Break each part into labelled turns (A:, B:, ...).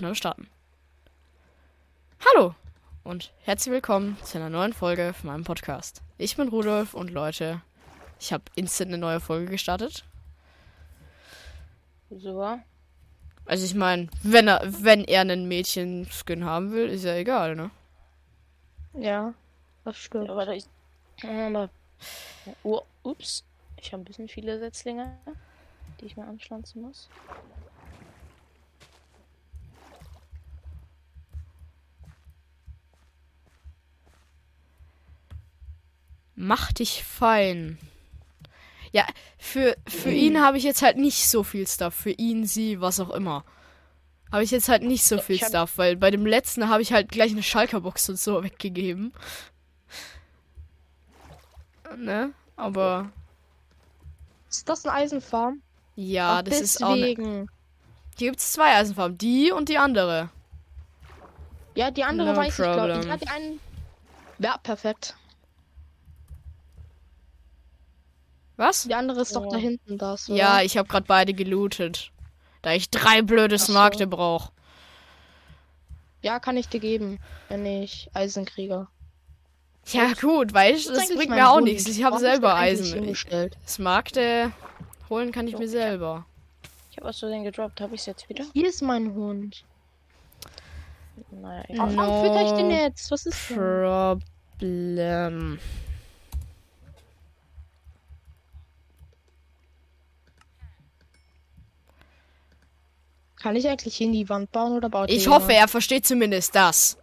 A: neu starten. Hallo und herzlich willkommen zu einer neuen Folge von meinem Podcast. Ich bin Rudolf und Leute, ich habe instant eine neue Folge gestartet.
B: So.
A: Also ich meine, wenn er, wenn er einen Mädchen-Skin haben will, ist ja egal, ne?
B: Ja.
C: Das
B: ja
C: stimmt.
B: warte, ich. Ah, da- Oh, ups. Ich habe ein bisschen viele Setzlinge, die ich mal anpflanzen muss.
A: Mach dich fein. Ja, für, für ihn habe ich jetzt halt nicht so viel Stuff. Für ihn, sie, was auch immer. Habe ich jetzt halt nicht so viel
B: ich hab-
A: Stuff, weil bei dem letzten habe ich halt gleich eine Schalkerbox und so weggegeben. Ne? Aber
C: Ist das eine Eisenfarm?
A: ja,
C: Ach,
A: das ist auch. Ne,
C: deswegen.
A: hier gibt es zwei Eisenfarben, die und die andere.
C: Ja, die andere
A: No
C: weiß ich, glaube ich.
A: problem.
C: Ja, die einen. Ja, perfekt.
A: Was?
C: Die andere ist doch
B: Ja.
C: da hinten, das. oder?
A: Ja, ich habe gerade beide gelootet. Da ich drei blöde
B: so.
A: Smarkte brauche.
C: Ja, kann ich dir geben, wenn ich Eisen kriege.
A: Ja, gut, weil ich,
C: Wo ist
A: das
C: eigentlich
A: bringt
C: mein
A: mir auch
C: Boden?
A: nichts. Ich habe
C: Warum ist
A: selber
C: der eigentlich
A: Eisen. Ich,
C: Hingestellt?
A: Smarkte holen kann ich mir selber.
B: Ich habe was so denn gedroppt. Habe ich es jetzt wieder?
C: Hier ist mein Hund.
B: Naja,
A: Mhm.
B: egal.
C: Warum
A: No.
C: fütter ich den jetzt? Was ist denn?
A: Problem.
C: Kann ich eigentlich in die Wand bauen oder baut
A: Ich
C: der
A: hoffe, er versteht zumindest das.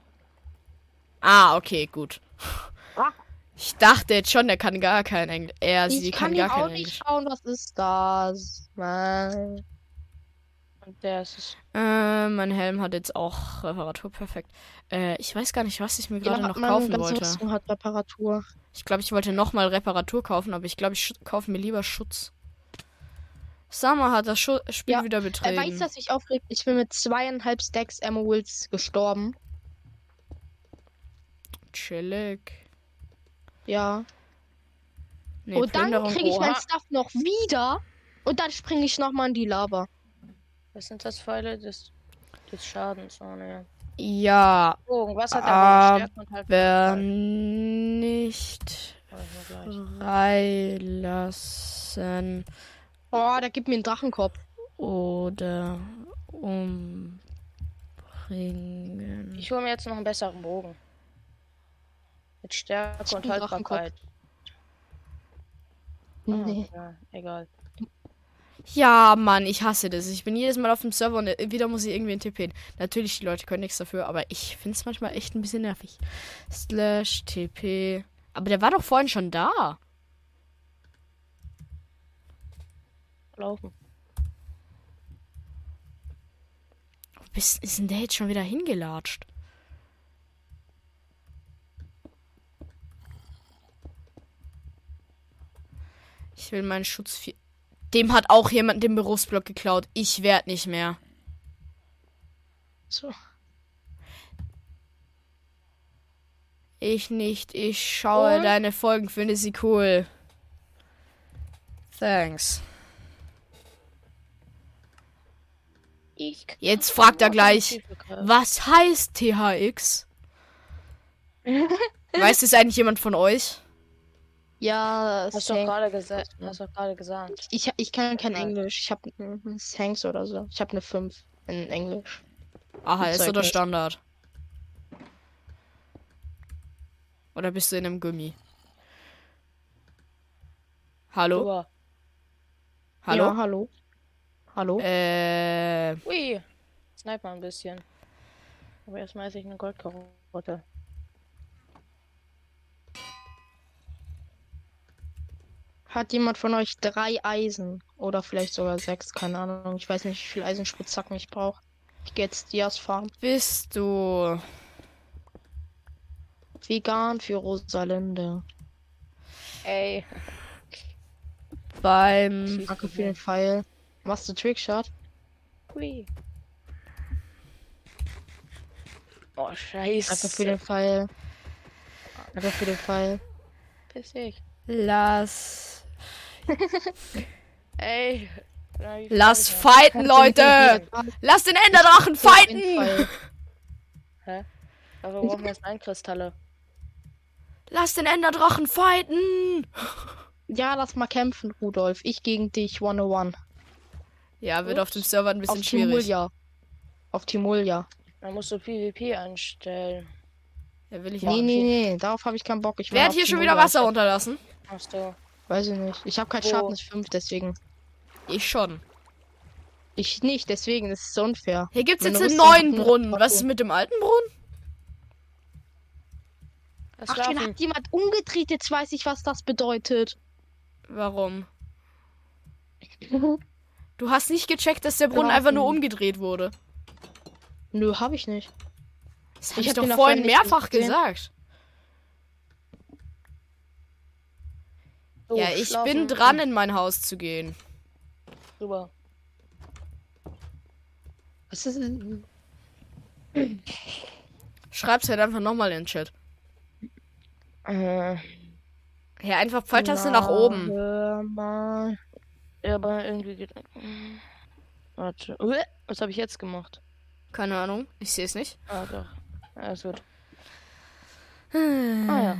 A: Ah, okay, gut.
C: Ah.
A: Ich dachte jetzt schon, er kann gar kein Englisch. Er,
C: jemand?
A: sie
C: Ich kann,
A: kann,
C: ihn
A: gar
C: auch
A: kein
C: nicht
A: Englisch.
C: schauen, was ist das? Nein.
B: Und der ist es.
A: Äh, mein Helm hat jetzt auch Reparatur perfekt. Äh, ich weiß gar nicht, was ich mir gerade
C: Ja,
A: noch
C: meine
A: kaufen
C: ganze
A: wollte.
C: Rüstung hat Reparatur.
A: Ich glaube, ich wollte nochmal Reparatur kaufen, aber ich glaube, ich sch- kaufe mir lieber Schutz. Summer hat das Schu Spiel
C: Ja, Äh,
A: wieder
C: Er
A: betreten.
C: weiß, dass ich aufregt. Ich bin mit zweieinhalb Stacks Emeralds gestorben.
A: Chillig.
C: Ja.
A: Nee,
C: und Oh, dann
A: Plünderung-
C: kriege ich
A: Oha.
C: mein Stuff noch wieder. Und dann springe ich nochmal in die Lava.
B: Was sind das Pfeile des, des Schadens? Oh, ne.
A: Ja,
B: Oh, was hat
A: Ah,
B: er um, und halt.
A: wer nicht
B: Mach ich mal gleich.
A: freilassen
C: Oh, da gibt mir einen Drachenkopf.
A: oder umbringen.
B: Ich hole mir jetzt noch einen besseren Bogen. Mit Stärke und
C: bin
B: Haltbarkeit. Ah,
C: Nee.
B: ja, egal.
A: Ja, Mann, ich hasse das. Ich bin jedes Mal auf dem Server und wieder muss ich irgendwie TPen. Natürlich, die Leute können nichts dafür, aber ich finde es manchmal echt ein bisschen nervig. Slash TP. Aber der war doch vorhin schon da.
B: Laufen.
A: Wo bist, ist denn der jetzt schon wieder hingelatscht? Ich will meinen Schutz. vi- Dem hat auch jemand den Berufsblock geklaut. Ich werd nicht mehr.
C: So.
A: Ich nicht. Ich schaue
C: Und?
A: deine Folgen, finde sie cool. Thanks.
B: Ich kann
A: Jetzt fragt
C: oh,
A: er
B: nur
A: gleich,
B: offensiv begreifen.
A: was heißt THX? Weiß es eigentlich jemand von euch?
C: Ja,
B: Hast du doch
C: Sank-
B: gerade gesagt. Hast du doch gerade gesagt.
C: ich, ich kann kein
B: Ja.
C: Englisch. Ich habe Sanks oder so. Ich habe eine 5 in Englisch.
A: Aha, ist
C: Zeig
A: oder
C: mal.
A: Standard? Oder bist du in einem Gummi? Hallo?
B: Super.
C: Ja,
A: Hallo?
C: hallo. Hallo.
A: Äh,
B: Ui. Snipe mal ein bisschen. Aber erstmal esse ich eine Goldkarotte.
C: Hat jemand von euch drei Eisen? Oder vielleicht sogar sechs, keine Ahnung. Ich weiß nicht, wie viel Eisenspitzhacken ich brauche. Ich gehe jetzt Dias Farm.
A: bist du
C: Vegan für Rosalinde.
B: Ey.
A: beim.
C: Danke für den Pfeil. Machst du Trickshot?
B: Ui. Oh, scheiße.
C: Danke für den Pfeil. Danke für den Pfeil.
B: Piss ich.
A: Lass.
B: Ey. Dann hab ich
A: Lass
B: fertig,
A: fighten, Leute!
C: Leute!
A: Lass den Enderdrachen fighten!
B: ja. Aber wir brauchen jetzt Einkristalle.
A: Lass den Enderdrachen fighten!
C: Ja, lass mal kämpfen, Rudolf. Ich gegen dich, 101.
A: Ja, wird
B: Ups.
A: auf dem Server ein bisschen
C: Auf
A: schwierig.
C: Timulia. Auf Timulia.
B: Man muss so PvP anstellen.
A: Ja, will ich auch
C: Nee,
A: nicht.
C: nee, nee, darauf habe ich keinen Bock. Ich will
A: Wer
C: auf
A: hat hier schon
C: Timulia.
A: wieder Wasser unterlassen?
B: Ach so.
C: Weiß ich nicht. Ich habe keinen
B: Oh.
C: Schaden, ich 5, deswegen.
A: Ich schon.
C: Ich nicht, deswegen das ist so unfair.
A: Hier gibt's
C: Meine
A: jetzt einen
C: Rüstung hat
A: neuen
C: nur-
A: Brunnen. Was ist mit dem alten Brunnen?
B: Das
C: Ach,
A: genau.
C: den
B: Schlafen.
C: hat jemand umgedreht, jetzt weiß ich, was das bedeutet.
A: Warum? Du hast nicht gecheckt, dass der Brunnen einfach nur umgedreht wurde.
C: Nö, habe ich nicht.
A: Das
C: Ich
A: habe ich,
C: hab
A: doch
C: den auch
A: vorhin
C: vorhin nicht
A: mehrfach
C: gesehen.
A: gesagt.
B: So,
A: ja, ich
B: schlafen.
A: bin dran, in mein Haus zu gehen.
B: Super.
C: Was ist denn?
A: Schreib's halt einfach nochmal in den Chat.
B: Äh,
A: Ja, einfach Pfeiltaste nach oben.
C: Hör mal.
B: ja, aber irgendwie geht. Warte. Uäh, Was habe ich jetzt gemacht?
A: Keine Ahnung, ich sehe es nicht.
B: Ah, doch. Ja, es wird. Ah, ja.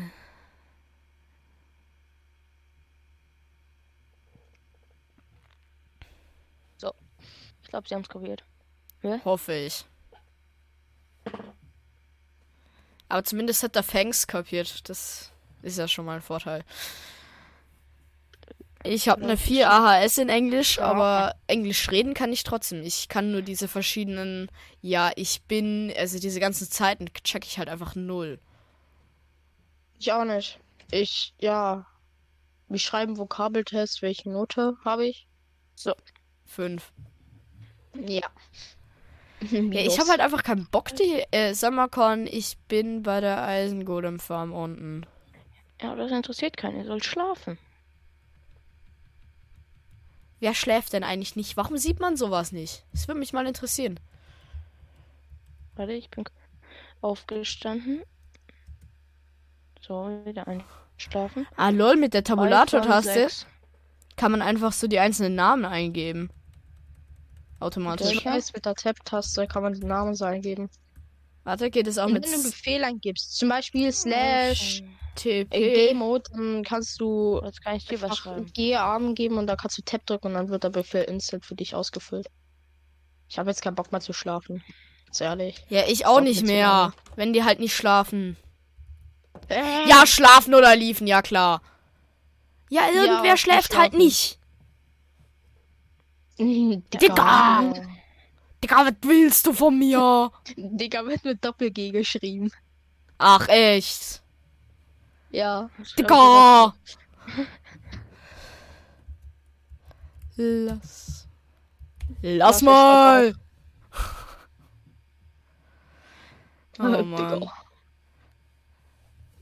B: So. Ich glaube, sie haben es kopiert.
A: Hoffe ich. Aber zumindest hat der Fangs kapiert. Das ist ja schon mal ein Vorteil. Ich habe eine 4 AHS in Englisch,
B: Ja,
A: aber Englisch reden kann ich trotzdem. Ich kann nur diese verschiedenen, ja, ich bin, also diese ganzen Zeiten check ich halt einfach null.
C: Ich auch nicht. Ich, ja. Wir schreiben Vokabeltest. Welche Note habe ich?
A: Fünf.
C: Ja.
A: Ja, ich habe halt einfach keinen Bock, die äh, Summercon. Ich bin bei der Eisengolem Farm unten.
B: Ja, aber das interessiert keinen. Ihr sollt schlafen.
A: Wer schläft denn eigentlich nicht? Warum sieht man sowas nicht? Das würde mich mal interessieren.
B: Warte, ich bin aufgestanden. So, wieder einschlafen.
A: Ah, lol, mit der
B: Drei,
A: Tabulator-Taste
B: fünf, sechs.
A: kann man einfach so die einzelnen Namen eingeben.
C: Das
A: Automatisch.
B: Sicher?
C: Scheiß Also, mit der Tab-Taste kann man den Namen so eingeben.
A: Warte, geht es auch
C: Und
A: mit
C: wenn du einen Befehl eingibst, zum Beispiel slash
A: TP? E.
C: Game Mode, dann kannst du
B: Jetzt kann ich dir was
C: einfach
B: schreiben.
C: G Arm geben und da kannst du Tab drücken und dann wird der Befehl instant für dich ausgefüllt. Ich habe jetzt keinen Bock mehr zu schlafen. Ist ehrlich.
A: Ja, ich auch
C: Ist auch
A: nicht
C: mit so
A: mehr.
C: einer.
A: Wenn die halt nicht schlafen.
C: Äh,
A: Ja, schlafen oder liefen, ja klar. Ja, irgendwer
C: die
A: schläft halt
C: schlafen.
A: nicht. Digga!
C: Digga!
A: Digga, was willst du von mir?
C: Digga wird mit Doppel-G geschrieben.
A: Ach, echt.
C: Ja.
B: Ich glaub,
A: Digga! Lass. Lass
B: ich
A: mal!
C: Digga.
A: Oh Mann.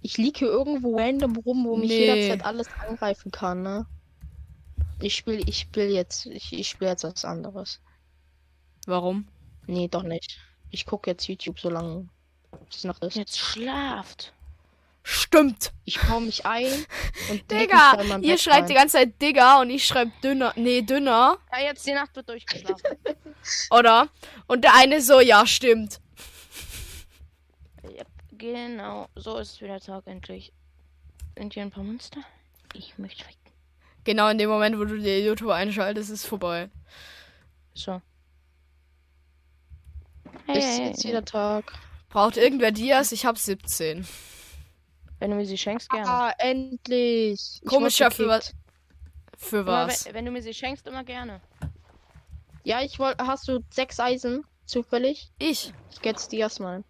C: Ich liege hier irgendwo random rum, wo mich
A: Nee.
C: jederzeit alles angreifen kann, ne? Ich spiele, ich spiele jetzt, ich, ich spiele jetzt was anderes.
A: Warum?
C: Nee, doch nicht. Ich gucke jetzt YouTube, solange es noch ist.
B: Jetzt schlaft.
A: Stimmt!
C: Ich hau mich ein und leg mich da in
A: Digga!
C: mein
A: Ihr
C: Bett
A: schreibt die
C: rein.
A: ganze Zeit Digga und ich schreibe dünner. Nee, dünner.
B: Ja, jetzt die Nacht wird durchgeschlafen.
A: Oder? Und der eine so, ja, stimmt.
B: yep, genau. So ist es wieder Tag endlich. Sind hier ein paar Monster? Ich möchte weg.
A: Genau in dem Moment, wo du dir YouTube einschaltest, ist vorbei.
B: So. Hey,
C: Ist
B: hey,
C: jetzt
B: hey.
C: jeder Tag.
A: Braucht irgendwer Dias? Ich hab 17.
B: Wenn du mir sie schenkst, gerne.
C: Ah, endlich. Ich
A: Komisch,
C: wurde
A: für
C: gekickt.
A: Für
B: Immer,
A: was?
B: wenn, wenn du mir sie schenkst, immer gerne.
C: Ja, ich wollte. Hast du sechs Eisen zufällig?
A: Ich.
C: Ich jetzt die erstmal.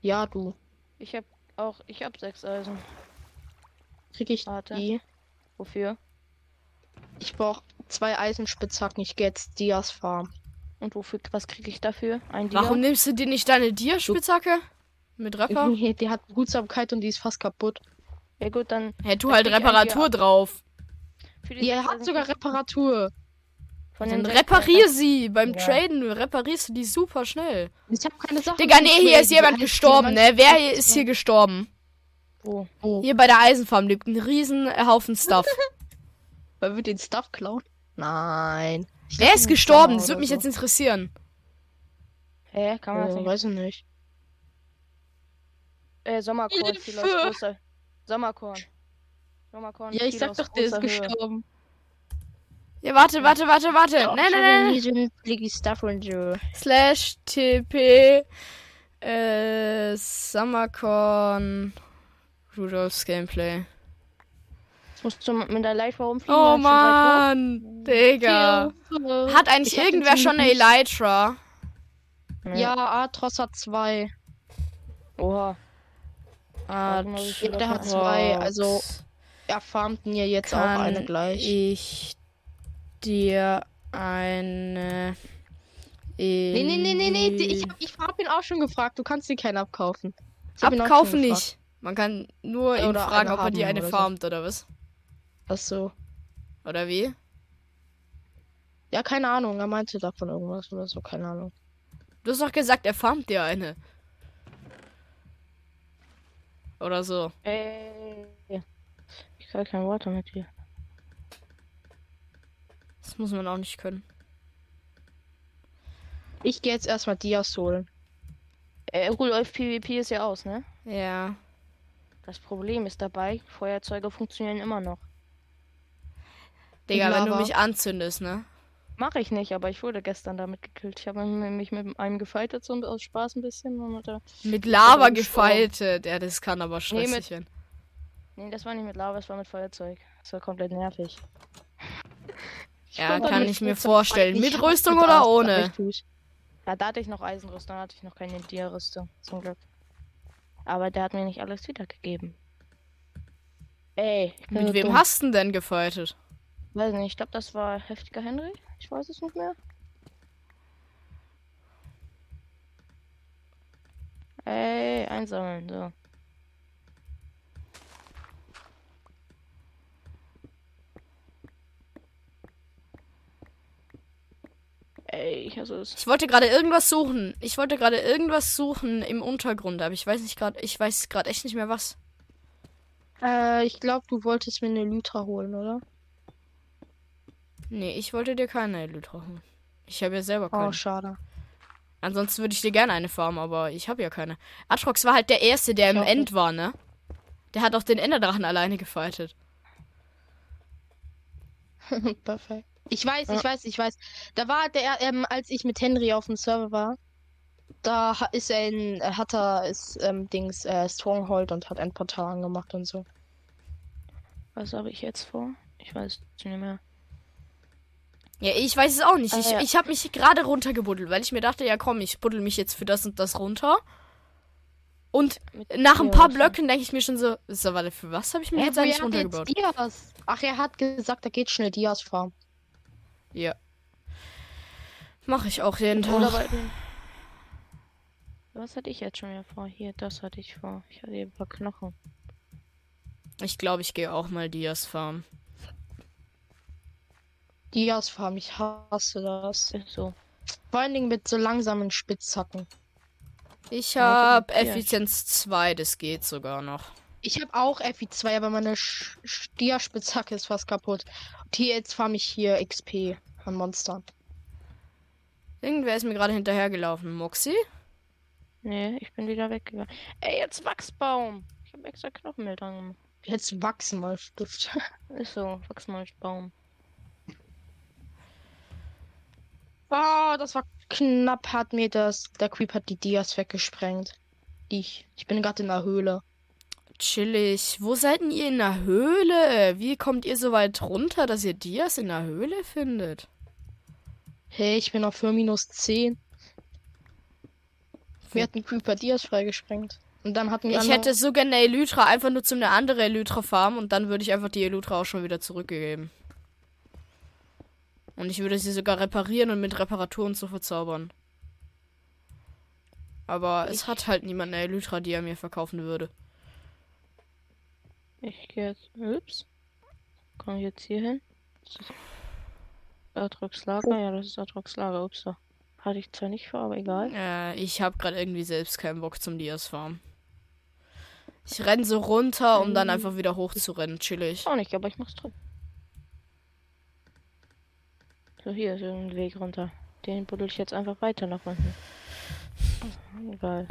C: Ja, du.
B: Ich hab auch, ich hab sechs Eisen.
C: Krieg ich
B: Warte.
C: die?
B: Wofür?
C: Ich brauch zwei Eisenspitzhacken. Ich geh jetzt Dias Farm.
B: Und wofür, was krieg ich dafür? Ein Dia?
A: Warum nimmst du dir nicht deine Dia-Spitzhacke? Mit Rapper?
C: Junge, Die hat Behutsamkeit und die ist fast kaputt.
B: Ja gut, dann
A: Hätt du halt
B: krieg ich ein
A: Reparatur drauf.
B: für die
C: Die
B: sechs
C: hat
B: Eisen
C: sogar
B: krieg
C: Reparatur.
B: ich von
A: Dann
B: sechs
A: reparier
B: Eisen-
A: sie. Beim
B: Ja.
A: Traden reparierst du die super schnell.
C: Ich hab keine Sachen.
A: Digga,
C: die
A: nee,
C: ich
A: hier
C: will.
A: ist jemand
C: Die Eisen-
A: gestorben, ne? Wer hier ist hier gestorben?
B: Wo?
C: Oh,
A: Hier bei der Eisenfarm liegt ein riesen Haufen Stuff.
C: Weil wir den Stuff klauen? Nein.
A: Wer ist gestorben? Das würde mich jetzt interessieren.
B: Hä, kann man das
C: Oh,
B: nicht?
C: weiß ich nicht.
B: Äh, Sommerkorn, viel aus
C: Hilfe!
B: großer. Sommerkorn. Sommerkorn.
C: Ja, ich
B: viel
C: sag
B: aus
C: doch, der ist
B: großer Höhe.
C: gestorben.
A: Ja, warte, warte, warte, warte.
C: Doch,
A: nein,
C: ich
A: nein,
C: hab
A: nein.
C: nie so einen Blicky Stuff Ranger.
A: Slash TP äh, Summercorn Rudolfs Gameplay.
B: Jetzt musst du mit der Live rumfliegen.
A: Oh
B: ja, schon weit hoch.
A: Mann, Digga.
C: Hilfe.
A: Hat eigentlich
C: Ich hab den
A: irgendwer
C: zum
A: schon eine
C: Glück nicht.
A: Elytra?
C: Ja, Atros hat zwei.
B: Oha.
A: Ah,
B: Warte mal, wie viel
C: Jeder hat
B: Box.
C: zwei, also er farmt mir jetzt auch eine gleich.
A: Ich dir eine.
C: Nee, nee, nee, nee, nee, die- ich
A: Äh.
C: hab, ich hab ihn auch schon gefragt, du kannst dir keinen abkaufen. Ich hab ihn auch schon
A: Abkaufen
C: gefragt.
A: nicht. Man kann nur ihn
C: Oder
A: fragen,
C: eine
A: ob er dir
C: haben
A: eine
C: oder so.
A: farmt oder was.
C: Ach so.
A: Oder wie?
C: Ja, keine Ahnung, er meinte davon irgendwas oder so, keine Ahnung.
A: Du hast doch gesagt, er farmt dir eine. Oder so.
B: Ey. Ich kann kein Wort damit hier.
A: Das muss man auch nicht können.
C: Ich gehe jetzt erstmal Dias holen.
B: Äh, Rudolf PvP ist ja aus, ne?
A: Ja.
B: Das Problem ist dabei, Feuerzeuge funktionieren immer noch.
A: Digga, wenn du
C: Lava.
A: mich anzündest, ne?
B: Mache ich nicht, aber ich wurde gestern damit gekillt. Ich habe mich mit einem gefightet, so aus Spaß ein bisschen. Und hat er-
A: Mit Lava
B: im Sturm.
A: gefaltet. Ja, das kann aber
B: Nee,
A: stressig
B: mit-
A: werden.
B: nee, das war nicht mit Lava, das war mit Feuerzeug. Das war komplett nervig.
A: Ja,
B: bin
A: kann
B: damit
A: ich mir
C: jetzt so
A: vorstellen.
C: weit
A: Mit
C: nicht
A: Rüstung
C: mit
A: oder
C: aus,
A: ohne?
C: aber ich tu's.
B: Ja, da hatte ich noch Eisenrüstung, da hatte ich noch keine Dia-Rüstung, zum Glück. Aber der hat mir nicht alles wiedergegeben. Ey, ich bin
A: Mit
B: so
A: wem
B: dumm.
A: hast du denn gefaltet?
B: Weiß nicht, ich glaube, das war heftiger Henry. Ich weiß es nicht mehr. Ey, einsammeln, so. Ey, ich hasse es.
A: Ich wollte gerade irgendwas suchen. Ich wollte gerade irgendwas suchen im Untergrund, aber ich weiß nicht gerade, ich weiß gerade echt nicht mehr was.
C: Äh, ich glaube, du wolltest mir eine Lytra holen, oder?
A: Nee, ich wollte dir keine Elytra holen. Ich habe ja selber
C: Oh,
A: keine.
C: schade.
A: Ansonsten würde ich dir gerne eine farmen, aber ich habe ja keine. Atrox war halt der Erste, der im
C: auch
A: End war, ne? Der hat auch den Enderdrachen alleine gefightet.
C: Perfekt. Ich weiß, ich weiß, ich weiß. Da war der, ähm, als ich mit Henry auf dem Server war, da ha- ist er in, äh, hat er, ist, ähm, Dings, äh, Stronghold und hat ein Portal angemacht und so.
B: Was habe ich jetzt vor? Ich weiß es nicht mehr.
A: Ja, ich weiß es auch nicht.
B: Ah,
A: Ich,
B: ja.
A: ich habe mich gerade runtergebuddelt, weil ich mir dachte, ja komm, ich buddel mich jetzt für das und das runter. Und
B: Mit
A: nach ein
B: dir
A: paar
B: wahrscheinlich.
A: Blöcken denke ich mir schon so, so warte, für was habe ich mir jetzt
C: woher
A: eigentlich
C: hat er
A: runtergebaut?
C: jetzt Dias? Ach, er hat gesagt, da geht schnell Dias farm.
A: Ja. Mache ich auch jeden
B: Oder
A: Tag.
B: bei den... Was hatte ich jetzt schon wieder vor? Hier, das hatte ich vor. Ich hatte hier ein paar Knochen.
A: Ich glaube, ich gehe auch mal Dias farmen.
C: Dias farm, ich hasse das.
B: Ist so.
C: Vor allen Dingen mit so langsamen Spitzhacken.
A: Ich
B: Ja, ich
A: habe
B: bin mit Dias.
A: Effizienz 2, das geht sogar noch.
C: Ich habe auch FI2, aber meine Sch- Sch- Dia-Spitzhacke ist fast kaputt. Und hier jetzt farm ich hier XP an Monstern.
A: Irgendwer ist mir gerade hinterhergelaufen. Moxie?
B: Nee, ich bin wieder weggegangen. Ey, jetzt Wachsbaum! Ich habe extra Knochen mit dran gemacht.
C: Jetzt wachsen mal Stift.
B: Ist so, Wachsmalzbaum.
C: Oh, das war knapp, hat mir das. Der Creep hat die Dias weggesprengt. Die Ich, ich bin gerade in der Höhle.
A: Chillig. Wo seid denn ihr in der Höhle? Wie kommt ihr so weit runter, dass ihr Dias in der Höhle findet?
C: Hey, ich bin auf 4 minus 10. Mir hat ein Creeper Dias freigesprengt. Und dann hatten wir
A: Ich hätte so gerne eine Elytra, einfach nur zum eine andere Elytra farmen und dann würde ich einfach die Elytra auch schon wieder zurückgegeben. Und ich würde sie sogar reparieren und mit Reparaturen zu verzaubern. Aber es hat halt niemand eine Elytra, die er mir verkaufen würde.
B: Ich gehe jetzt. Ups. Komme ich jetzt hier hin? Ist das- Atrox Lager? Ja, das ist Atrox Lager. Ups. da. Hatte ich zwar nicht vor, aber egal.
A: Äh, ich habe gerade irgendwie selbst keinen Bock zum Dias farmen. Ich renne so runter, um dann einfach wieder hochzurennen, chillig.
B: Auch nicht, aber ich mach's trotzdem. So, hier ist irgendein Weg runter. Den buddel ich jetzt einfach weiter nach unten. Egal.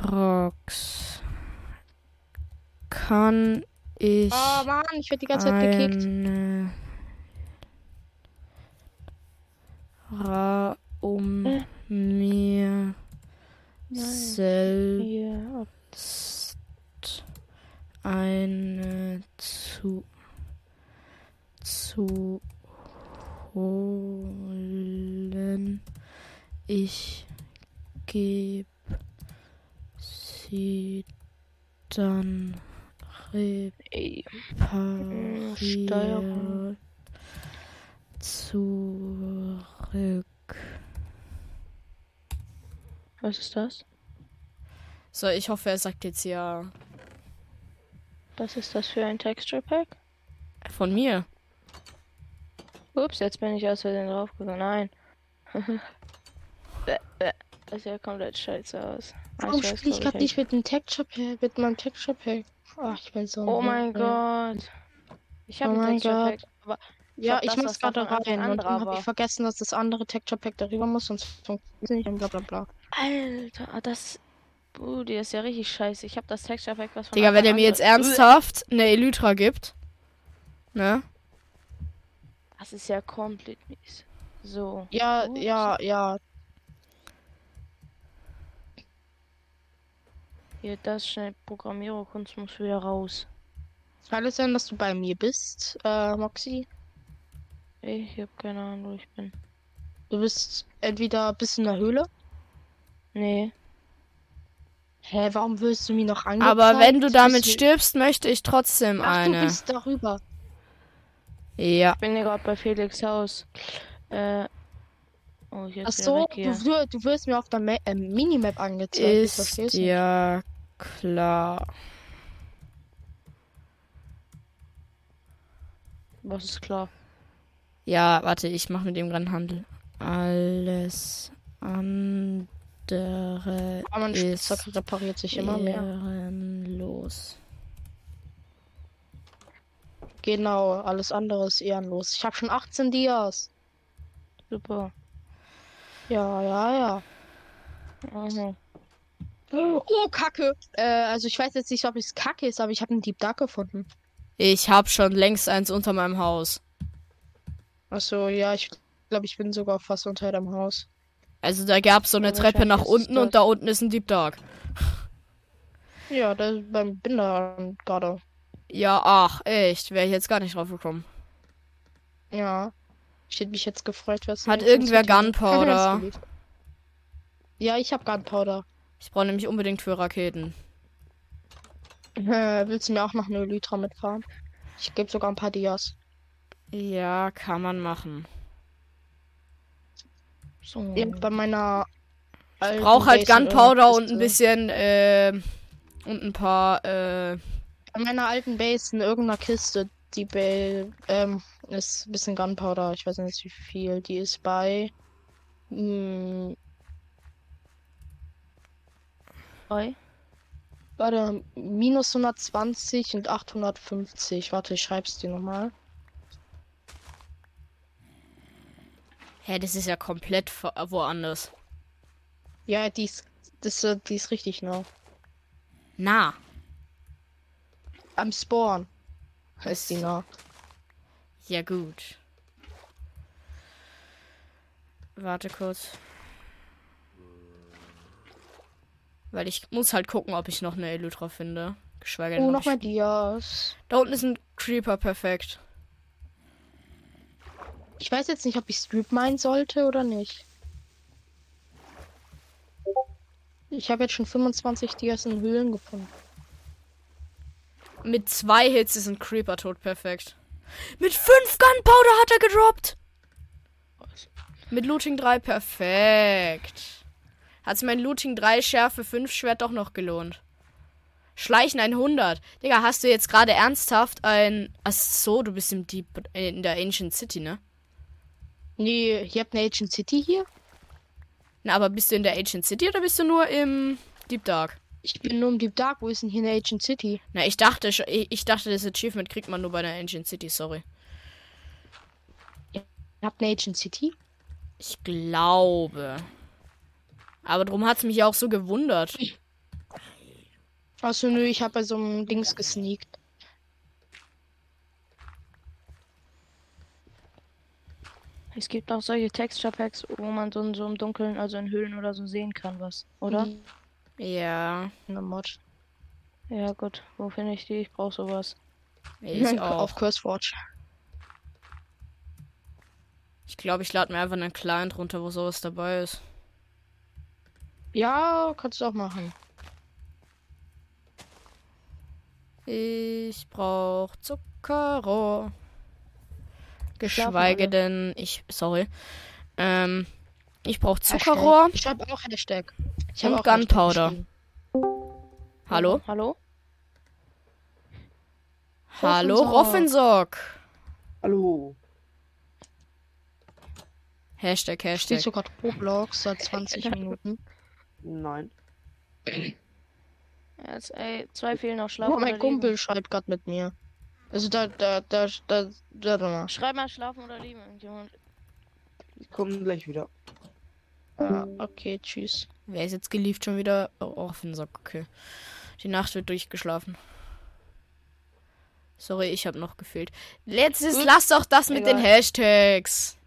A: Atrox. Kann ich.
C: Oh Mann, ich werde die ganze Zeit gekickt.
A: eine Ra
C: Äh.
A: um mir
B: Nein.
A: selbst.
B: Hier, ab.
A: jetzt eine zu zu holen. Ich geb sie dann
B: Ey,
A: repariert
B: Steuerung.
A: zurück.
B: was ist das?
A: So, ich hoffe, er sagt jetzt ja
B: Was ist das für ein Texture Pack?
A: von mir.
B: Ups, jetzt bin ich aus Versehen draufgegangen. Nein. Bäh, bäh. Das sieht ja komplett scheiße aus. Ah,
C: Warum
B: ich weiß,
C: spiele ich
B: glaub
C: gerade
B: ich
C: nicht mit dem Texture Pack, mit meinem Texture Pack? Ach, ich bin so. ein
B: Oh mein
C: Hund, ey.
B: Gott. Ich habe
C: Oh
B: oh
C: mein
B: ein Texture
C: Gott.
B: Pack, aber
C: Ja,
B: glaub,
C: ich
B: das,
C: muss
B: was davon
C: gerade
B: alles
C: rein und
B: andere
C: dann habe
B: war.
C: ich vergessen, dass das andere Texture Pack darüber muss, sonst funktioniert nicht und bla bla bla.
B: Alter, ah, das. Uh, die ist ja richtig scheiße. Ich habe das Texture Pack, was von
A: Digga, wenn
B: Anfang
A: er
B: an
A: mir jetzt
B: so-
A: ernsthaft eine Elytra gibt, ne?
B: Das ist ja komplett mies. So.
C: Ja,
B: Ups.
C: ja, ja.
B: Hier, das schnell Programmiererkunst muss wieder raus.
C: Kann es sein, dass du bei mir bist, äh, Moxie?
B: Ich habe keine Ahnung, wo ich bin.
C: Du bist entweder bist in der Höhle.
B: Nee.
C: Hä, warum wirst du mir noch angezeigt?
A: Aber wenn du
C: Bist
A: damit
C: du-
A: stirbst, möchte ich trotzdem
C: Ach, du
A: eine.
C: bist darüber.
A: Ja.
B: Ich bin ja gerade bei Felix Haus. Äh. Oh, ich
C: Ach
B: jetzt
C: so,
B: wieder weg
C: du,
B: hier.
C: wür- du wirst mir auf der Ma äh, Minimap angezeigt. Ich
A: Ist
C: versteh's nicht.
A: ja klar.
B: Was ist klar?
A: Ja, warte, ich mache mit dem gerade Handel. Alles andere
C: Aber mein
A: ist
C: Spielzeug repariert sich immer mehr.
A: ehrenlos.
C: Genau, alles andere ist ehrenlos. Ich habe schon 18 Dias.
B: Super.
C: Ja, ja, ja.
B: Mhm.
C: Oh, Kacke. Äh, also ich weiß jetzt nicht, ob es Kacke ist, aber ich habe einen Deep Dark gefunden.
A: Ich hab schon längst eins unter meinem Haus.
C: Achso, ja, ich glaube, ich bin sogar fast unter deinem Haus.
A: Also da gab's so eine
B: Aber
A: Treppe nach
B: wahrscheinlich ist es
A: unten und
B: dort.
A: da unten ist ein Deep Dark.
C: Ja, da beim bin da gerade.
A: Ja, ach, echt, wäre ich jetzt gar nicht drauf gekommen.
C: Ja. Ich hätte mich jetzt gefreut, was.
A: Hat irgendwer Gunpowder?
C: ja, ich habe Gunpowder.
A: Ich brauche nämlich unbedingt für Raketen.
C: Äh, willst du mir auch noch eine Elytra mitfahren? Ich gebe sogar ein paar Dias.
A: Ja, kann man machen.
B: So.
C: Ja, bei meiner.
A: Ich
C: alten
A: brauche halt
C: Base in
A: Gunpowder
C: irgendeiner
A: und ein
C: Kiste.
A: bisschen, äh, und ein paar, äh,
C: Bei meiner alten Base in irgendeiner Kiste, die Bell, ähm, ist ein bisschen Gunpowder. Ich weiß nicht wie viel. Die ist bei. hm, Mh,
B: Hi.
C: warte, minus 120 und 850. Warte, ich schreib's dir nochmal.
A: hä, das ist ja komplett ver- woanders.
C: Ja, die ist. Das, äh, die ist richtig nah.
A: Na,
C: Am Spawn ist die nah.
A: ja gut. Warte kurz. Weil ich muss halt gucken, ob ich noch eine Elytra finde. Geschweige denn,
C: Oh,
A: ob
C: nochmal
A: ich...
C: Dias.
A: Da unten ist ein Creeper, perfekt.
C: Ich weiß jetzt nicht, ob ich Streep meinen sollte oder nicht. Ich habe jetzt schon 25 Dias in Höhlen gefunden.
A: Mit zwei Hits ist ein Creeper tot, perfekt. Mit fünf Gunpowder hat er gedroppt. Mit Looting 3, perfekt. Hat sich mein Looting 3 Schärfe 5 Schwert doch noch gelohnt. Schleichen 100. Digga, hast du jetzt gerade ernsthaft ein... Ach so, du bist im Deep, äh, in der Ancient City, ne?
C: Nee, ihr habt eine Agent City hier?
A: Na, aber bist du in der Ancient City oder bist du nur im Deep Dark?
C: Ich bin nur im Deep Dark. Wo ist denn hier eine Ancient City?
A: Na, ich dachte, schon- ich ich dachte, das Achievement kriegt man nur bei der Ancient City, sorry.
C: Ihr habt eine Ancient City?
A: Ich glaube. Aber drum hat's mich ja auch so gewundert.
C: Achso, Also nö, ich habe bei so einem Dings gesneakt.
B: Es gibt auch solche Texture Packs, wo man so, in- so im Dunkeln, also in Höhlen oder so sehen kann, was, oder?
A: Ja,
C: Eine Mhm. Mod.
B: Ja, gut. Wo finde ich die? Ich brauche sowas.
A: ich
C: Auf
A: auch.
C: Curseforge.
A: Ich glaube, ich lade mir einfach einen Client runter, wo sowas dabei ist.
C: Ja, kannst du auch machen.
A: Ich brauche Zuckerrohr. Geschweige
B: alle.
A: denn, ich, sorry. Ähm, ich brauche Zuckerrohr.
C: Hashtag. Ich habe auch Hashtag. Ich
A: Und
C: hab Hashtag
A: Gunpowder.
C: geschrieben.
A: Hallo?
B: Hallo?
A: Hallo,
C: Roffinsock.
A: Roffinsock.
D: Hallo.
A: Hashtag, Hashtag.
C: Steht sogar Roblox seit 20 Minuten.
D: Nein.
B: Jetzt, ey, zwei fehlen noch. Schlafen
C: Oh, mein
B: oder
C: Kumpel schreibt gerade mit mir. Also da, da, da, da, da, da.
B: liegen. Schreib mal schlafen oder lieben, irgendjemand.
D: Ich komme gleich wieder.
C: Ah, okay, tschüss.
A: Wer ist jetzt geliefert schon wieder? Oh, Roffinsock, okay. Die Nacht wird durchgeschlafen. Sorry, ich habe noch gefehlt. Letztes,
C: Ups.
A: lass doch das mit
B: Egal.
A: den Hashtags.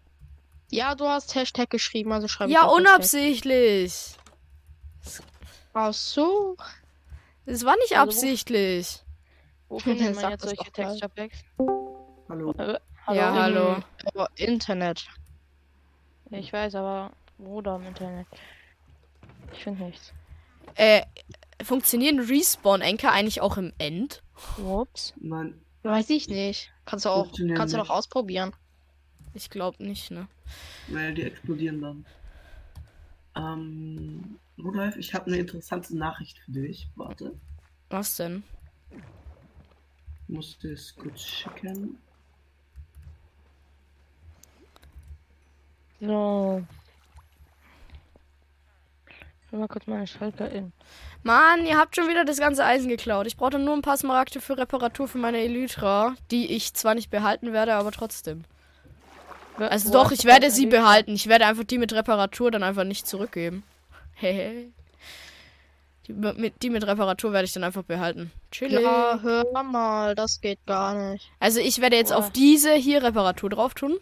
C: Ja, du hast Hashtag geschrieben, also schreib ich
A: ja,
C: auch Hashtag.
A: unabsichtlich.
C: Ach so.
A: Es war nicht
B: Also wo-
A: absichtlich.
B: Wo findet man
C: Sag
B: jetzt
C: das
B: solche
C: doch mal.
B: Texture Packs?
D: Hallo.
B: Äh,
A: Ja,
B: hallo?
A: hallo.
C: Ähm, Aber Internet.
B: Ich weiß, aber wo da im Internet? Ich finde nichts.
A: Äh, funktionieren Respawn-Anker eigentlich auch im End?
B: Ups.
D: Nein.
C: Weiß ich nicht. Kannst du auch,
D: Funktionieren
C: kannst du
D: nicht.
C: doch ausprobieren.
A: Ich glaube nicht, ne?
D: Naja, die explodieren dann. Ähm, Rudolf, ich habe eine interessante Nachricht für dich. Warte.
A: Was denn?
D: Ich muss das kurz schicken.
B: So. Ich will mal kurz meine Schalker in.
A: Mann, ihr habt schon wieder das ganze Eisen geklaut. Ich brauchte nur ein paar Smaragde für Reparatur für meine Elytra, die ich zwar nicht behalten werde, aber trotzdem.
B: Wer-
A: Also
B: wo
A: doch,
B: hast
A: ich
B: du
A: werde
B: deine
A: sie
B: Elite?
A: behalten. Ich werde einfach die mit Reparatur dann einfach nicht zurückgeben. Hehe. die, mit, die mit Reparatur werde ich dann einfach behalten. Chillig.
C: Ja, hör mal, das geht gar nicht.
A: Also ich werde jetzt
B: Boah.
A: auf diese hier Reparatur drauf tun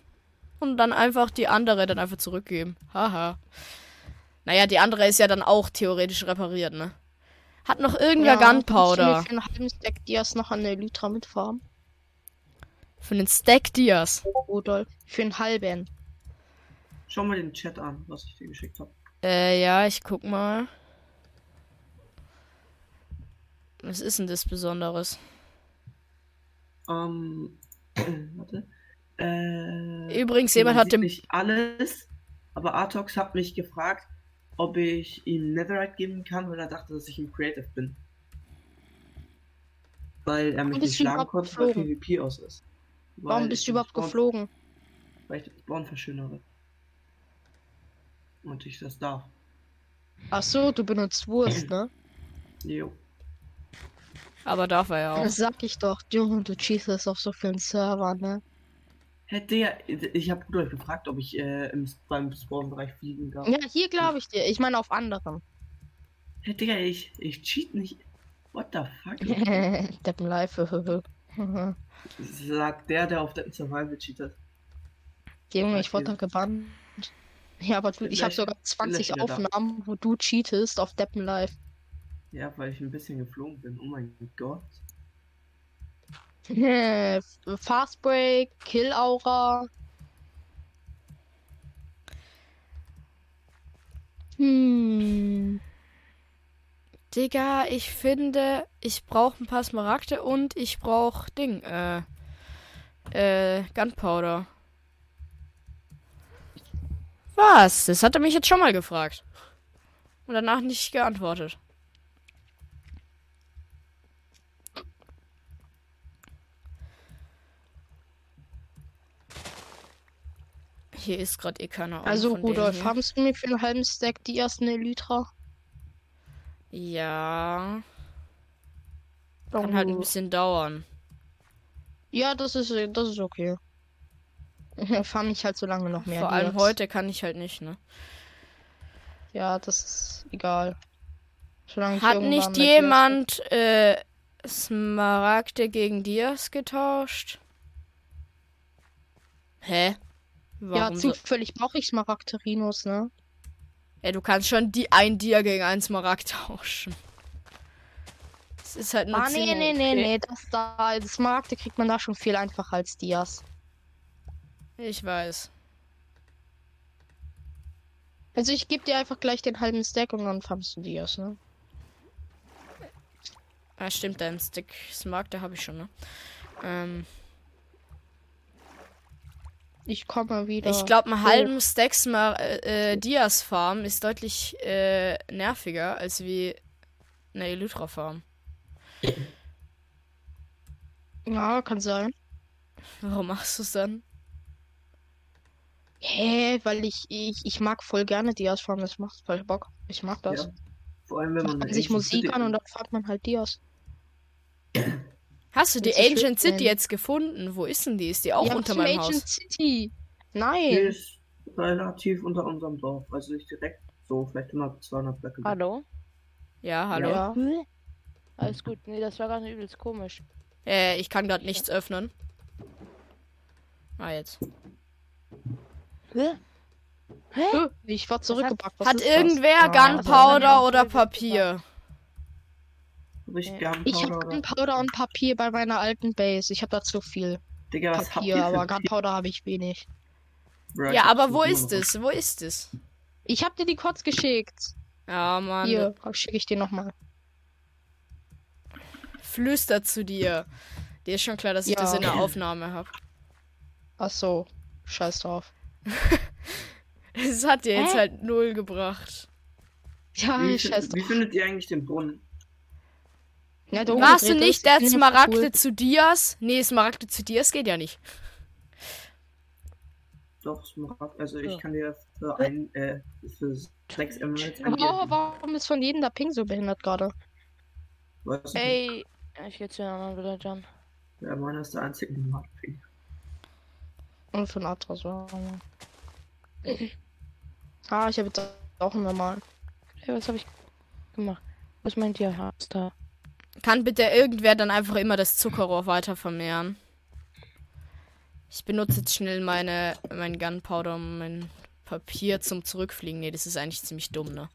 A: und dann einfach die andere dann einfach zurückgeben. Haha. Naja, die andere ist ja dann auch theoretisch repariert, ne? Hat noch irgendwer
C: kannst du mir
A: Gunpowder
C: Für einen halben Stack Dias noch eine Elytra mitfarmen.
A: für den Stack Dias.
C: Rudolf. Für einen halben.
D: Schau mal den Chat an, was ich dir geschickt habe.
A: Äh, ja, ich guck mal. Was ist denn das Besonderes?
D: Ähm, warte. Äh,
A: Übrigens, jemand
D: man
A: hat
D: sieht
A: dem.
D: nicht alles, aber Artox hat mich gefragt, ob ich ihm Netherite geben kann, weil er dachte, dass ich im Creative bin. Weil er mich
C: Warum
D: nicht
C: bist du
D: schlagen
C: überhaupt
D: konnte, weil
C: geflogen?
D: PvP aus ist. Weil
C: Warum bist
D: ich
C: du überhaupt
D: den Spawn-
C: geflogen?
D: Weil ich den Spawn verschönere. Und ich das darf.
C: Ach so, du benutzt Wurst, ne?
D: Jo.
A: Aber darf er ja auch.
C: Das sag ich doch. Junge, du cheatest das auf so vielen Servern, ne?
D: Hätte ja, ich habe Rudolf gefragt, ob ich äh, im, beim Spawnbereich fliegen darf.
C: Ja, hier glaube ich dir. Ich meine auf anderen.
D: Hey, Digga, ich, ich cheat nicht. What the fuck?
C: Deppen live. Junge,
D: Sagt der, der auf der Survival cheatet.
C: ich wurde da gebannt. Ja, aber du, ich habe
D: Vielleicht-
C: sogar 20
D: vielleicht wieder da.
C: Aufnahmen, wo du cheatest auf Deppen live.
D: Ja, weil ich ein bisschen geflogen bin. Oh mein Gott.
C: Fast Break, Kill Aura. Hm.
A: Digga, ich finde, ich brauche ein paar Smaragde und ich brauche Ding, äh, äh, Gunpowder. Was? Das hat er mich jetzt schon mal gefragt. Und danach nicht geantwortet. Hier ist gerade eh keiner.
C: Also Rudolf, haben du mir für einen halben Stack die ersten Elytra?
A: Ja. Kann halt ein bisschen dauern.
C: Oh. Ja, das ist, äh, das ist okay. Fahre mich halt so lange noch mehr.
A: Vor
C: die
A: allem
C: Jobs.
A: heute kann ich halt nicht, ne?
C: Ja, das ist egal. Solange ich
A: Hat
C: irgendwann
A: nicht
C: mit dir-
A: jemand äh, Smaragde gegen Dias getauscht? Hä? Warum
C: Ja,
A: so?
C: zufällig brauche ich Smaragderinos, ne?
A: Ey, du kannst schon die ein Dia gegen ein Smaragd tauschen. Es ist halt nur
C: Ah, nee,
A: ziemlich-
C: nee, nee,
B: okay.
C: nee. Das da, das Smaragde kriegt man da schon viel einfacher als Dias.
A: Ich weiß.
C: Also ich gebe dir einfach gleich den halben Stack und dann farmst du Dias, ne?
A: Ah, stimmt, dein Stick Smaragde habe ich schon, ne? Ähm,
C: Ich komme wieder.
A: Ich glaube, einen halben Stack Smar äh, äh, Dias Farm ist deutlich äh, nerviger als wie eine Elytra Farm.
C: Ja, kann sein.
A: Warum machst du es dann?
C: Hä, weil ich, ich, ich mag voll gerne Dias farmen. Das macht voll Bock. Ich mag das.
D: Ja. Vor allem, wenn
C: Macht
D: man
C: man
D: eine
C: sich
D: echte
C: Musik
D: City
C: an und
D: hat.
C: dann farmt man halt Dias.
A: Hast du die
C: Willst du
A: Ancient
C: schön
A: City
C: sein?
A: jetzt gefunden? Wo ist denn die? Ist die auch
C: ja,
A: unter
C: zum
A: meinem
C: Agent
A: Haus?
C: City.
D: Die
C: Nein.
D: ist relativ unter unserem Dorf. Also nicht direkt so, vielleicht 100, 200 Blöcke. weg.
B: Hallo?
A: Ja, hallo.
C: Ja.
B: Alles gut. Nee, das war gerade übelst komisch.
A: Äh, ich kann gerade nichts öffnen. Ah, jetzt.
B: Hä?
C: Äh, Ich war zurückgepackt. Was
A: Hat
C: ist
A: irgendwer
D: Ah,
A: Gunpowder
B: also-
A: oder Papier?
D: Hab ich gern
C: Das? Ich
D: Powder
C: habe
D: oder-
C: Gunpowder und Papier bei meiner alten Base. Ich habe da zu viel
D: Digga, was habt ihr
C: Papier,
D: für
C: aber
D: Papier?
C: Gunpowder habe ich wenig.
D: Bro, ich
A: Ja,
D: hab's
A: aber
D: nicht
A: wo
D: immer
A: ist
D: noch.
A: es? Wo ist es?
C: Ich habe dir die kurz geschickt.
A: Ja, Mann.
C: Hier, schicke ich dir nochmal.
A: Flüstert zu dir. Dir ist schon klar, dass ich
C: Ja.
A: das in der Aufnahme habe.
C: Ach so, scheiß drauf.
A: Es hat dir jetzt
B: Hä?
A: halt null gebracht.
C: Ja,
D: Wie,
C: scheiß
D: wie
C: drauf.
D: findet ihr eigentlich den Brunnen?
C: Ja, der
A: Warst du
C: umgedreht
A: nicht
C: ist,
A: der
C: finde ich
A: Smaragde
C: cool.
A: zu Dias? Nee, Smaragde zu Dias geht ja nicht.
D: Doch, Smaragd. Also ich
B: Ja.
D: kann dir für ein, äh, für sechs Emeralds
C: Oh,
D: angeben.
C: warum ist von jedem der Ping so behindert gerade?
D: Weißt du,
B: Ey, ich geh zu den anderen Villagern.
D: Ja, meiner ist der einzige mit Markping.
C: Und von Atlas war auch mal. Ah, ich habe jetzt auch normal.
B: Ey, was habe ich gemacht? Was meint ihr, Hamster?
A: Kann bitte irgendwer dann einfach immer das Zuckerrohr weiter vermehren? Ich benutze jetzt schnell meine mein Gunpowder und mein Papier zum Zurückfliegen. Nee, das ist eigentlich ziemlich dumm, ne?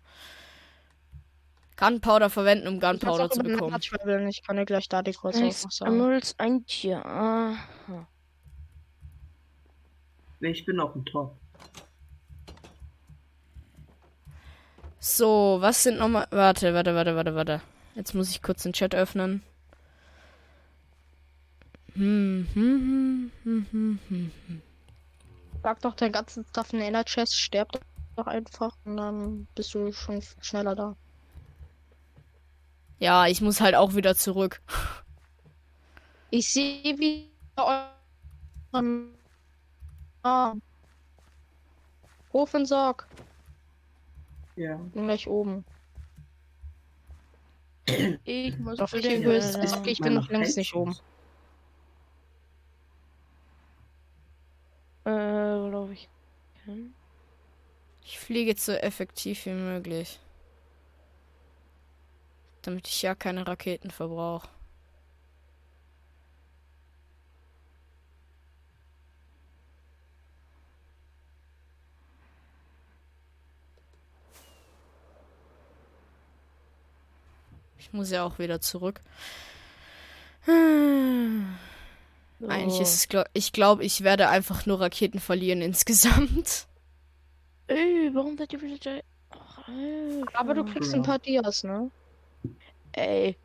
A: Gunpowder verwenden, um
C: Ich kann's
A: Gunpowder
C: auch
A: zu
C: mit
A: bekommen.
C: einer traveln. Ich kann dir gleich da die kurz
B: Sechs
C: noch sagen.
B: Emeralds, ein Tier. Aha.
D: Nee, ich bin auf dem Tor.
A: So, was sind nochmal. Warte, warte, warte, warte, warte. Jetzt muss ich kurz den Chat öffnen. Hm, hm, hm, hm, hm, hm.
C: Pack doch deinen ganzen Stuff in Inner Chest, sterb doch einfach und dann bist du schon schneller da.
A: Ja, ich muss halt auch wieder zurück.
C: Ich sehe wie euren Arm. Ruf und Sorg.
D: Ja.
C: Bin gleich oben.
B: Ich muss
C: Hm. Doch,
B: zu
C: ich
B: den
C: bin böse.
B: Villagern.
C: Sorg, ich bin noch längst nicht oben.
B: Äh, wo lauf ich? hin?
A: Ich fliege so effektiv wie möglich. Damit ich ja keine Raketen verbrauche. Ich muss ja auch wieder zurück. Eigentlich
B: So.
A: ist es, glaub, ich glaube, ich werde einfach nur Raketen verlieren insgesamt.
B: Ey, warum seid ihr Villager? Ach, Alter.
C: Aber du kriegst ein
D: Ja.
C: paar Dias, ne?
B: Ey,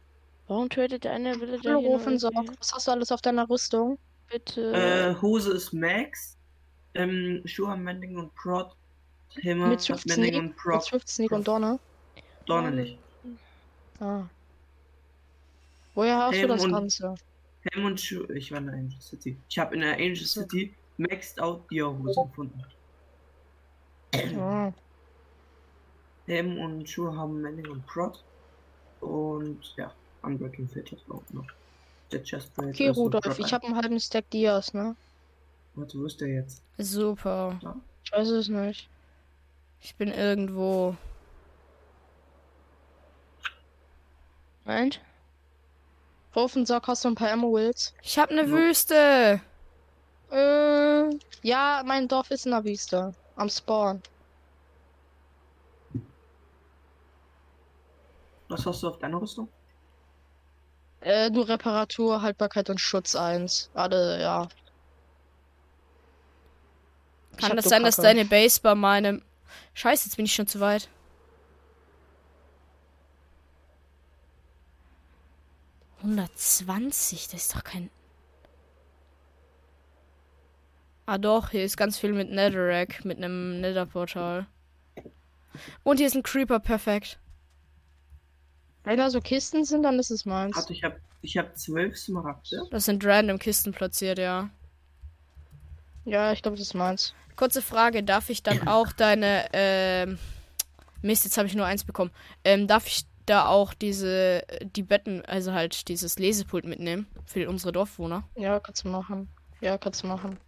B: warum tötet eine Villager?
C: Hallo,
B: hier noch
C: Ruf und Sorg.
B: irgendwie?
C: Was hast du alles auf deiner Rüstung?
B: Bitte.
D: Äh, Hose ist Max. Ähm, Schuhe haben Mending und Prod. Helme
C: Mit
D: hat
C: Swift
D: Mending
C: Sneak.
D: und
C: Mit
D: Prod.
C: Swift Sneak und Donner.
D: Donne nicht.
C: Ah. Woher hast du
D: Ähm,
C: das
D: und-
C: Ganze?
D: Helm und Schuhe. Ich war in der Angel City. Ich habe in der Angel City Maxed Out Dia Hose gefunden.
C: Ah.
D: Helm und Schuhe haben Mending und Prod. und ja, Unbreaking Fighters auch noch. Der Chest Plate
C: Okay,
D: ist und
C: Rudolf,
D: Drop
C: ich
D: Iron.
C: habe einen halben Stack Dias, ne?
D: Warte, wo ist der jetzt?
A: Super.
C: Ich weiß es nicht.
A: Ich bin irgendwo.
B: Moment.
C: Rauf und Sack, hast du ein paar Emeralds?
A: Ich habe eine
D: Jo.
A: Wüste.
C: Äh, ja, mein Dorf ist in der Wüste. Am Spawn.
D: Was hast du auf deiner Rüstung?
C: Äh, nur Reparatur, Haltbarkeit und Schutz 1. Alle, ja. Ich
A: Kann
C: hab
A: das
C: so
A: sein, dass
C: Kacke.
A: deine Base bei meinem. Scheiße, jetzt bin ich schon zu weit. ...120, das ist doch kein... Ah doch, hier ist ganz viel mit Netherrack, mit einem Netherportal. Und hier ist ein Creeper, perfekt.
C: Wenn da so Kisten sind, dann ist es meins.
D: Warte, ich habe ich hab zwölf Smaragde.
A: Das sind random Kisten platziert, ja.
C: Ja, ich glaube, das ist meins.
A: Kurze Frage, darf ich dann auch deine, ähm, Mist, jetzt habe ich nur eins bekommen. Ähm, darf ich da auch diese, die Betten, also halt dieses Lesepult mitnehmen für unsere Dorfwohner?
C: Ja, kannst du machen. Ja, kannst du machen.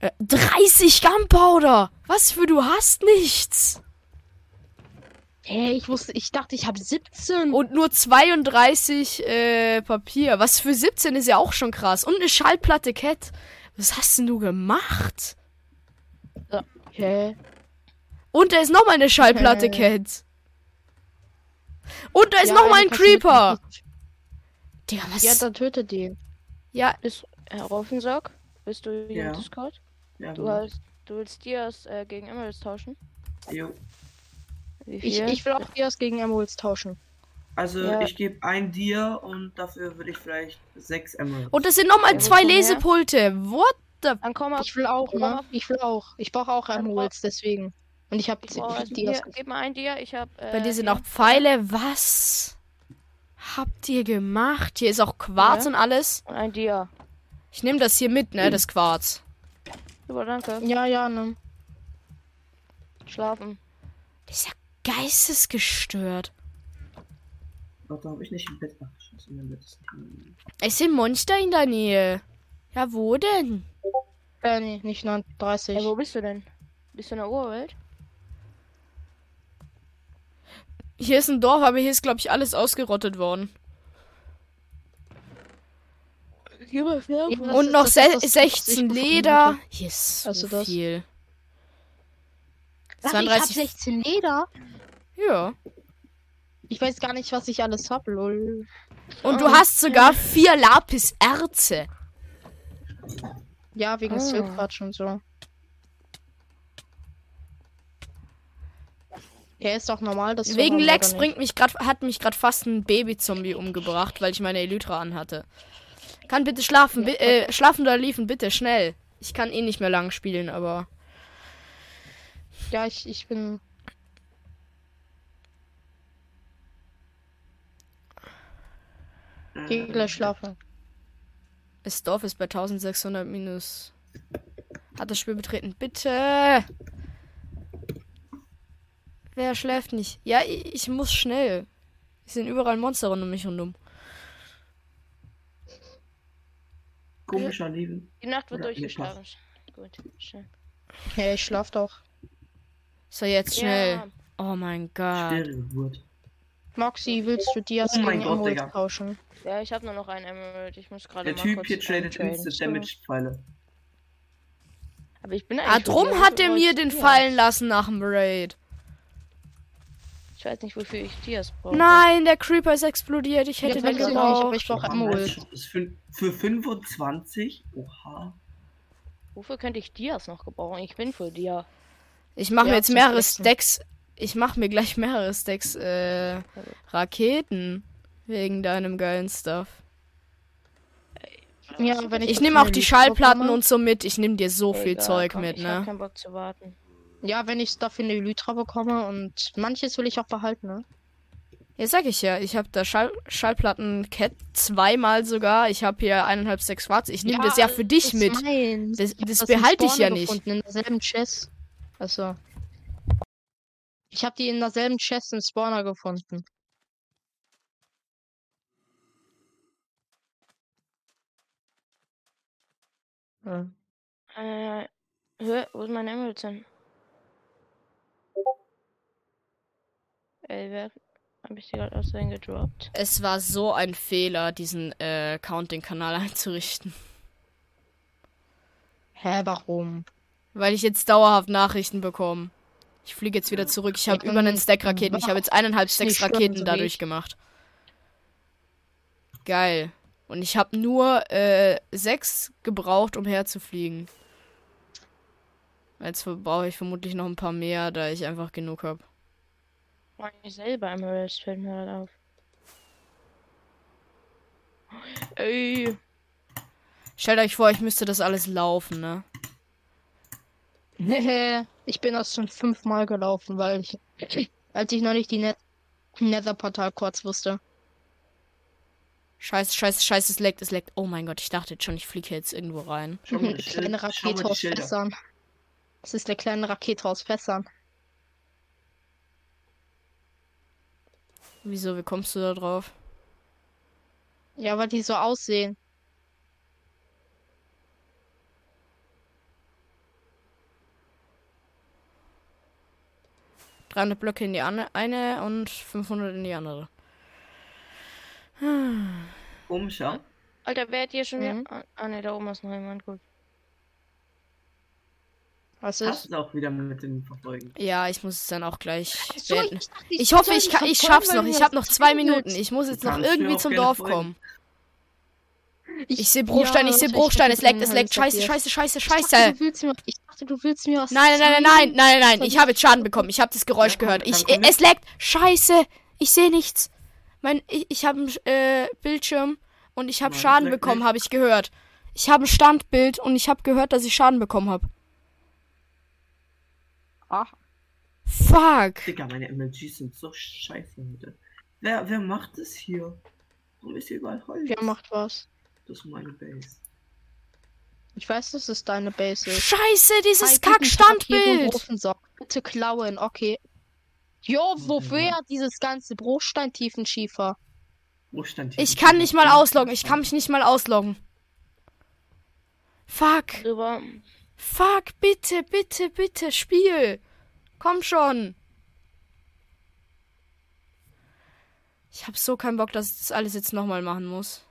A: Äh, 30 Gunpowder! Was für du hast nichts!
C: Hey, ich wusste, ich dachte, ich habe 17.
A: Und nur 32 äh, Papier. Was für 17 ist ja auch schon krass. Und eine Schallplatte Cat. Was hast denn du gemacht?
C: Okay.
A: Und da ist nochmal eine Schallplatte Cat. Und da ist
C: Ja,
A: nochmal
C: eine
A: ein
C: Kassette mit
A: Creeper.
C: Musik.
A: Digga, was?
C: Ja, dann tötet die.
A: ja,
B: Bist, Herr Raufensack, bist du hier
D: Ja. Also.
B: im Discord?
D: Ja,
B: Du, hast, du willst Dias äh, gegen Emeralds tauschen?
D: genau. jo.
B: Wie
C: Ich,
B: viel?
C: ich will auch Dias gegen Emeralds tauschen.
D: Also
B: Ja.
D: ich gebe ein dir und dafür würde ich vielleicht sechs Emeralds.
A: Und das sind nochmal
B: Ja,
A: zwei
B: wovon her?
A: Lesepulte. What?
B: Dann komm mal.
C: Ich will auch, ne? Ich will auch. Ich brauche auch
B: Dann
C: Emeralds, deswegen. Und ich habe
B: Boah,
C: Dias.
B: hier,
C: gekauft.
B: gib mal ein Dia, ich hab. Äh,
A: Bei dir sind
B: hier.
A: auch Pfeile. Was habt ihr gemacht? Hier ist auch Quarz
B: Ja.
A: und alles.
B: Und ein Dia.
A: Ich nehme das hier mit, ne?
C: Mhm.
A: Das Quarz.
B: Super, danke.
C: Ja, ja, ne?
B: Schlafen.
A: Das ist ja geistesgestört.
D: Warte, habe ich nicht im Bett. Ach, scheiße, mein Bett ist nicht mehr.
A: Es sind Monster in der Nähe. Ja, wo denn?
C: Äh, nee, nicht 39.
B: Ey, wo bist du denn? Bist du in der Urwelt?
A: Hier ist ein Dorf, aber hier ist, glaube ich, alles ausgerottet worden.
B: Gib mal
C: Färben. Das
A: und
C: ist
A: noch
C: das,
A: se-
C: was ich
A: 16
C: gefunden
A: Leder.
C: hatte.
A: Hier ist
C: Hast
A: so
C: du das?
A: viel.
C: Warte, Ich
A: 32.
C: hab 16 Leder.
A: Ja.
C: Ich weiß gar nicht, was ich alles hab, lol.
A: Und du hast sogar vier Lapis-Erze.
C: Ja, wegen
B: Ah.
C: oh. Silkratsch und so. Ja, ist doch normal, dass
A: Wegen
C: Hunger
A: Lex
C: oder nicht.
A: bringt mich grad, hat mich gerade fast ein Baby-Zombie umgebracht, weil ich meine Elytra anhatte. Kann bitte schlafen, bi äh, schlafen oder liefen, bitte, schnell. Ich kann eh nicht mehr lang spielen, aber.
C: Ja, ich, ich bin. Geh
D: Äh,
C: gleich schlafen.
A: Das Dorf ist bei 1600 minus. Hat das Spiel betreten, bitte! Wer schläft nicht? Ja, ich, ich muss schnell. Es sind überall Monster rund um mich rundum.
D: Komischer Leben.
B: Die Nacht wird
D: Oder
B: durchgeschlafen. Gut, schön.
C: Ja, ich schlaf doch.
A: So, jetzt schnell.
B: Ja.
A: Oh mein Gott.
D: Stille Geburt.
C: Moxie, willst du Dias
D: Oh mein
C: gegen
D: Gott,
C: Emerald
D: Digga.
C: tauschen?
B: Ja, ich habe nur noch einen Emerald. Ich muss gerade
D: Der
B: mal
D: Typ
B: kurz äh,
D: hier tradet
B: eintraden.
D: instant damage Pfeile.
B: Aber ich bin eigentlich
A: Ah,
B: schon
A: drum
B: wieder
A: hat er
B: so
A: mir
B: weit
A: den
B: hier.
A: fallen lassen nach dem Raid.
B: Ich weiß nicht, wofür ich Dias brauche.
A: Nein, der Creeper ist explodiert. Ich hätte
C: Ja,
A: den
C: weiß ich nicht,
A: gebraucht.
C: aber ich brauche
D: Das
C: Emerald.
D: ist für, für 25? Oha.
B: Wofür könnte ich Dias noch gebrauchen? Ich bin für Dia.
A: Ich mache mir
C: Ja,
A: jetzt
C: zum
A: mehrere
C: Testen.
A: Stacks. Ich mache mir gleich mehrere Stacks äh, Raketen wegen deinem geilen Stuff.
C: Ja, wenn ich
A: Ich
C: jetzt
A: nehme auch
C: eine
A: die
C: Liste
A: Schallplatten
C: bekomme-
A: und so mit. Ich nehme dir so viel
B: Egal,
A: Zeug
B: Äh, komm,
A: mit,
B: Ich hab
A: ne?
B: keinen Bock zu warten.
C: Ja, wenn ich dafür eine Elytra bekomme und manches will ich auch behalten, ne?
A: Ja, sag ich ja. Ich habe da Schall Schallplatten Cat zweimal sogar. Ich habe hier eineinhalb Stacks Schwarz. Ich nehme das ja für dich
C: das
A: mit.
C: ist meins.
A: Das,
C: Ich hab
A: das
C: im
A: behalte ich
C: Spawner
A: ja nicht.
C: Gefunden, in derselben Chest. Also. Ich habe die in derselben Chest im Spawner gefunden. Ja.
B: Äh, hä, wo sind meine Emeralds hin? Elbert, habe ich die gerade aus Versehen gedroppt?
A: Es war so ein Fehler, diesen äh, Counting-Kanal einzurichten.
C: Hä, warum?
A: Weil ich jetzt dauerhaft Nachrichten bekomme. Ich fliege jetzt wieder zurück. Ich habe über einen Stack Raketen. Ich habe jetzt eineinhalb
C: Ist nicht
A: Stacks
C: schlimm,
A: Raketen
C: so wie
A: dadurch
C: ich.
A: gemacht. Geil. Und ich habe nur äh, sechs gebraucht, um herzufliegen. Jetzt verbrauche ich vermutlich noch ein paar mehr, da ich einfach genug habe.
B: Meine selber Emeralds fällt mir halt auf. Ey,
A: Stellt euch vor, ich müsste das alles laufen, ne?
C: ich bin das schon fünfmal gelaufen, weil ich, als ich noch nicht die Net Nether-Portal-Codes wusste.
A: Scheiße, scheiße, scheiße, es leckt, es leckt. Oh mein Gott, ich dachte jetzt schon, ich fliege jetzt irgendwo rein.
D: Schau mal, die
C: kleine
D: Schilder- schau
C: Rakete
D: mal die
C: aus
D: Schilder.
C: Fässern. Das ist der kleine Rakete aus Fässern.
A: Wieso, wie kommst du da drauf?
C: Ja, weil die so aussehen.
A: Drei Blöcke in die ane- eine und 500 in die andere.
D: Komisch, ja?
B: Alter, wer hat hier schon wieder.
C: Mhm.
B: Ah, Ah, ne, da oben ist noch jemand. Gut.
C: Was
D: Das
C: ist?
D: ist auch wieder mit dem Verfolgen.
A: Ja, ich muss es dann auch gleich beenden. Ich,
C: dachte,
A: hoffe,
C: soll
A: ich,
C: die
A: kann, ich
C: verfolgen,
A: schaff's
C: weil
A: noch.
C: du
A: Ich
C: das
A: habe noch zwei
C: getötet.
A: Minuten. Ich muss jetzt
D: Du
A: noch
D: kannst mir
A: irgendwie
D: auch
A: zum
D: gerne
A: Dorf
D: folgen.
A: kommen. Ich
C: Ich-
A: sehe Bruchstein,
C: Ja,
A: ich sehe
C: das
A: Bruchstein.
C: hab ich
A: Es leckt,
C: mit
A: es
C: meinem
A: leckt.
C: Handy
A: Scheiße, scheiße, scheiße,
C: Ich
A: scheiße.
C: dachte, du willst mir, ich dachte, du willst mir was
A: Nein, nein, nein, nein, nein, nein, nein, nein. Ich habe jetzt Schaden bekommen. Ich habe das Geräusch
D: Ja, komm,
A: gehört.
D: dann
A: Ich,
D: komm
A: äh,
D: mit.
A: es leckt. Scheiße. Ich sehe nichts. Mein, ich, ich habe einen äh, Bildschirm und ich habe
D: Nein,
A: Schaden
D: leckt
A: bekommen,
D: nicht.
A: habe ich gehört. Ich habe ein Standbild und ich habe gehört, dass ich Schaden bekommen habe.
C: Ach.
A: Fuck.
D: Digga, meine MLGs sind so scheiße heute. Wer, wer macht das hier? Warum ist hier überall Holz?
C: Wer macht was?
D: Das ist meine Base.
C: Ich weiß, dass es deine Base ist.
A: Scheiße, dieses
C: Zeig diesen Papierhund
A: Kack-Standbild.
C: Ofensock. Bitte klauen, okay. Jo, wofür dieses ganze Bruchsteintiefenschiefer?
D: Wo stand hier?
A: Ich kann nicht mal ausloggen. Ich kann mich nicht mal ausloggen. Fuck.
B: Drüber.
A: Fuck. Bitte, bitte, bitte. Spiel. Komm schon. Ich hab so keinen Bock, dass ich das alles jetzt nochmal machen muss.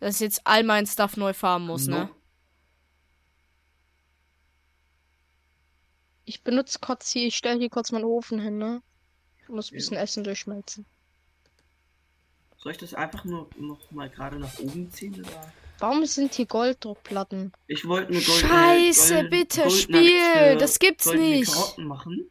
A: Dass ich jetzt all mein Stuff neu farmen muss, ne?
C: Ich benutze kurz hier, ich stelle hier kurz meinen Ofen hin, ne? Ich muss ein
D: Ja.
C: bisschen Essen durchschmelzen.
D: Soll ich das einfach nur noch mal gerade nach oben ziehen? Oder?
C: Warum sind hier Golddruckplatten?
D: Ich wollte eine goldene.
A: Scheiße,
D: goldene-
A: bitte,
D: goldene
A: Spiel.
D: Axt, äh,
A: Das gibt's
D: goldene
A: nicht.
D: Karotten machen.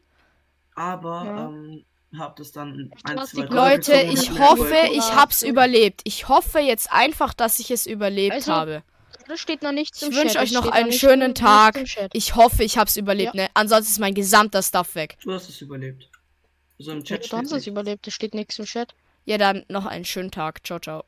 D: Aber,
C: Ja.
D: ähm, hab das dann
C: Du hast die Gold-
A: Leute,
D: gezogen und
A: ich
D: hab mir
A: hoffe,
D: Gold-
A: ich hab's überlebt. Ich hoffe jetzt einfach, dass ich es überlebt
C: Also,
A: habe.
C: Da steht noch nichts
A: Ich
C: im
A: wünsch
C: Chat,
A: euch
C: es
A: noch
C: steht
A: einen
C: nichts-
A: schönen
C: nichts
A: Tag.
C: im Chat.
A: Ich hoffe, ich hab's überlebt, ne? Ansonsten ist mein gesamter Stuff weg.
D: Du hast es überlebt. So im Chat
C: Du hast
D: steht
C: es
D: nicht.
C: überlebt, es steht nichts im Chat.
A: Ja, dann noch einen schönen Tag. Ciao, ciao.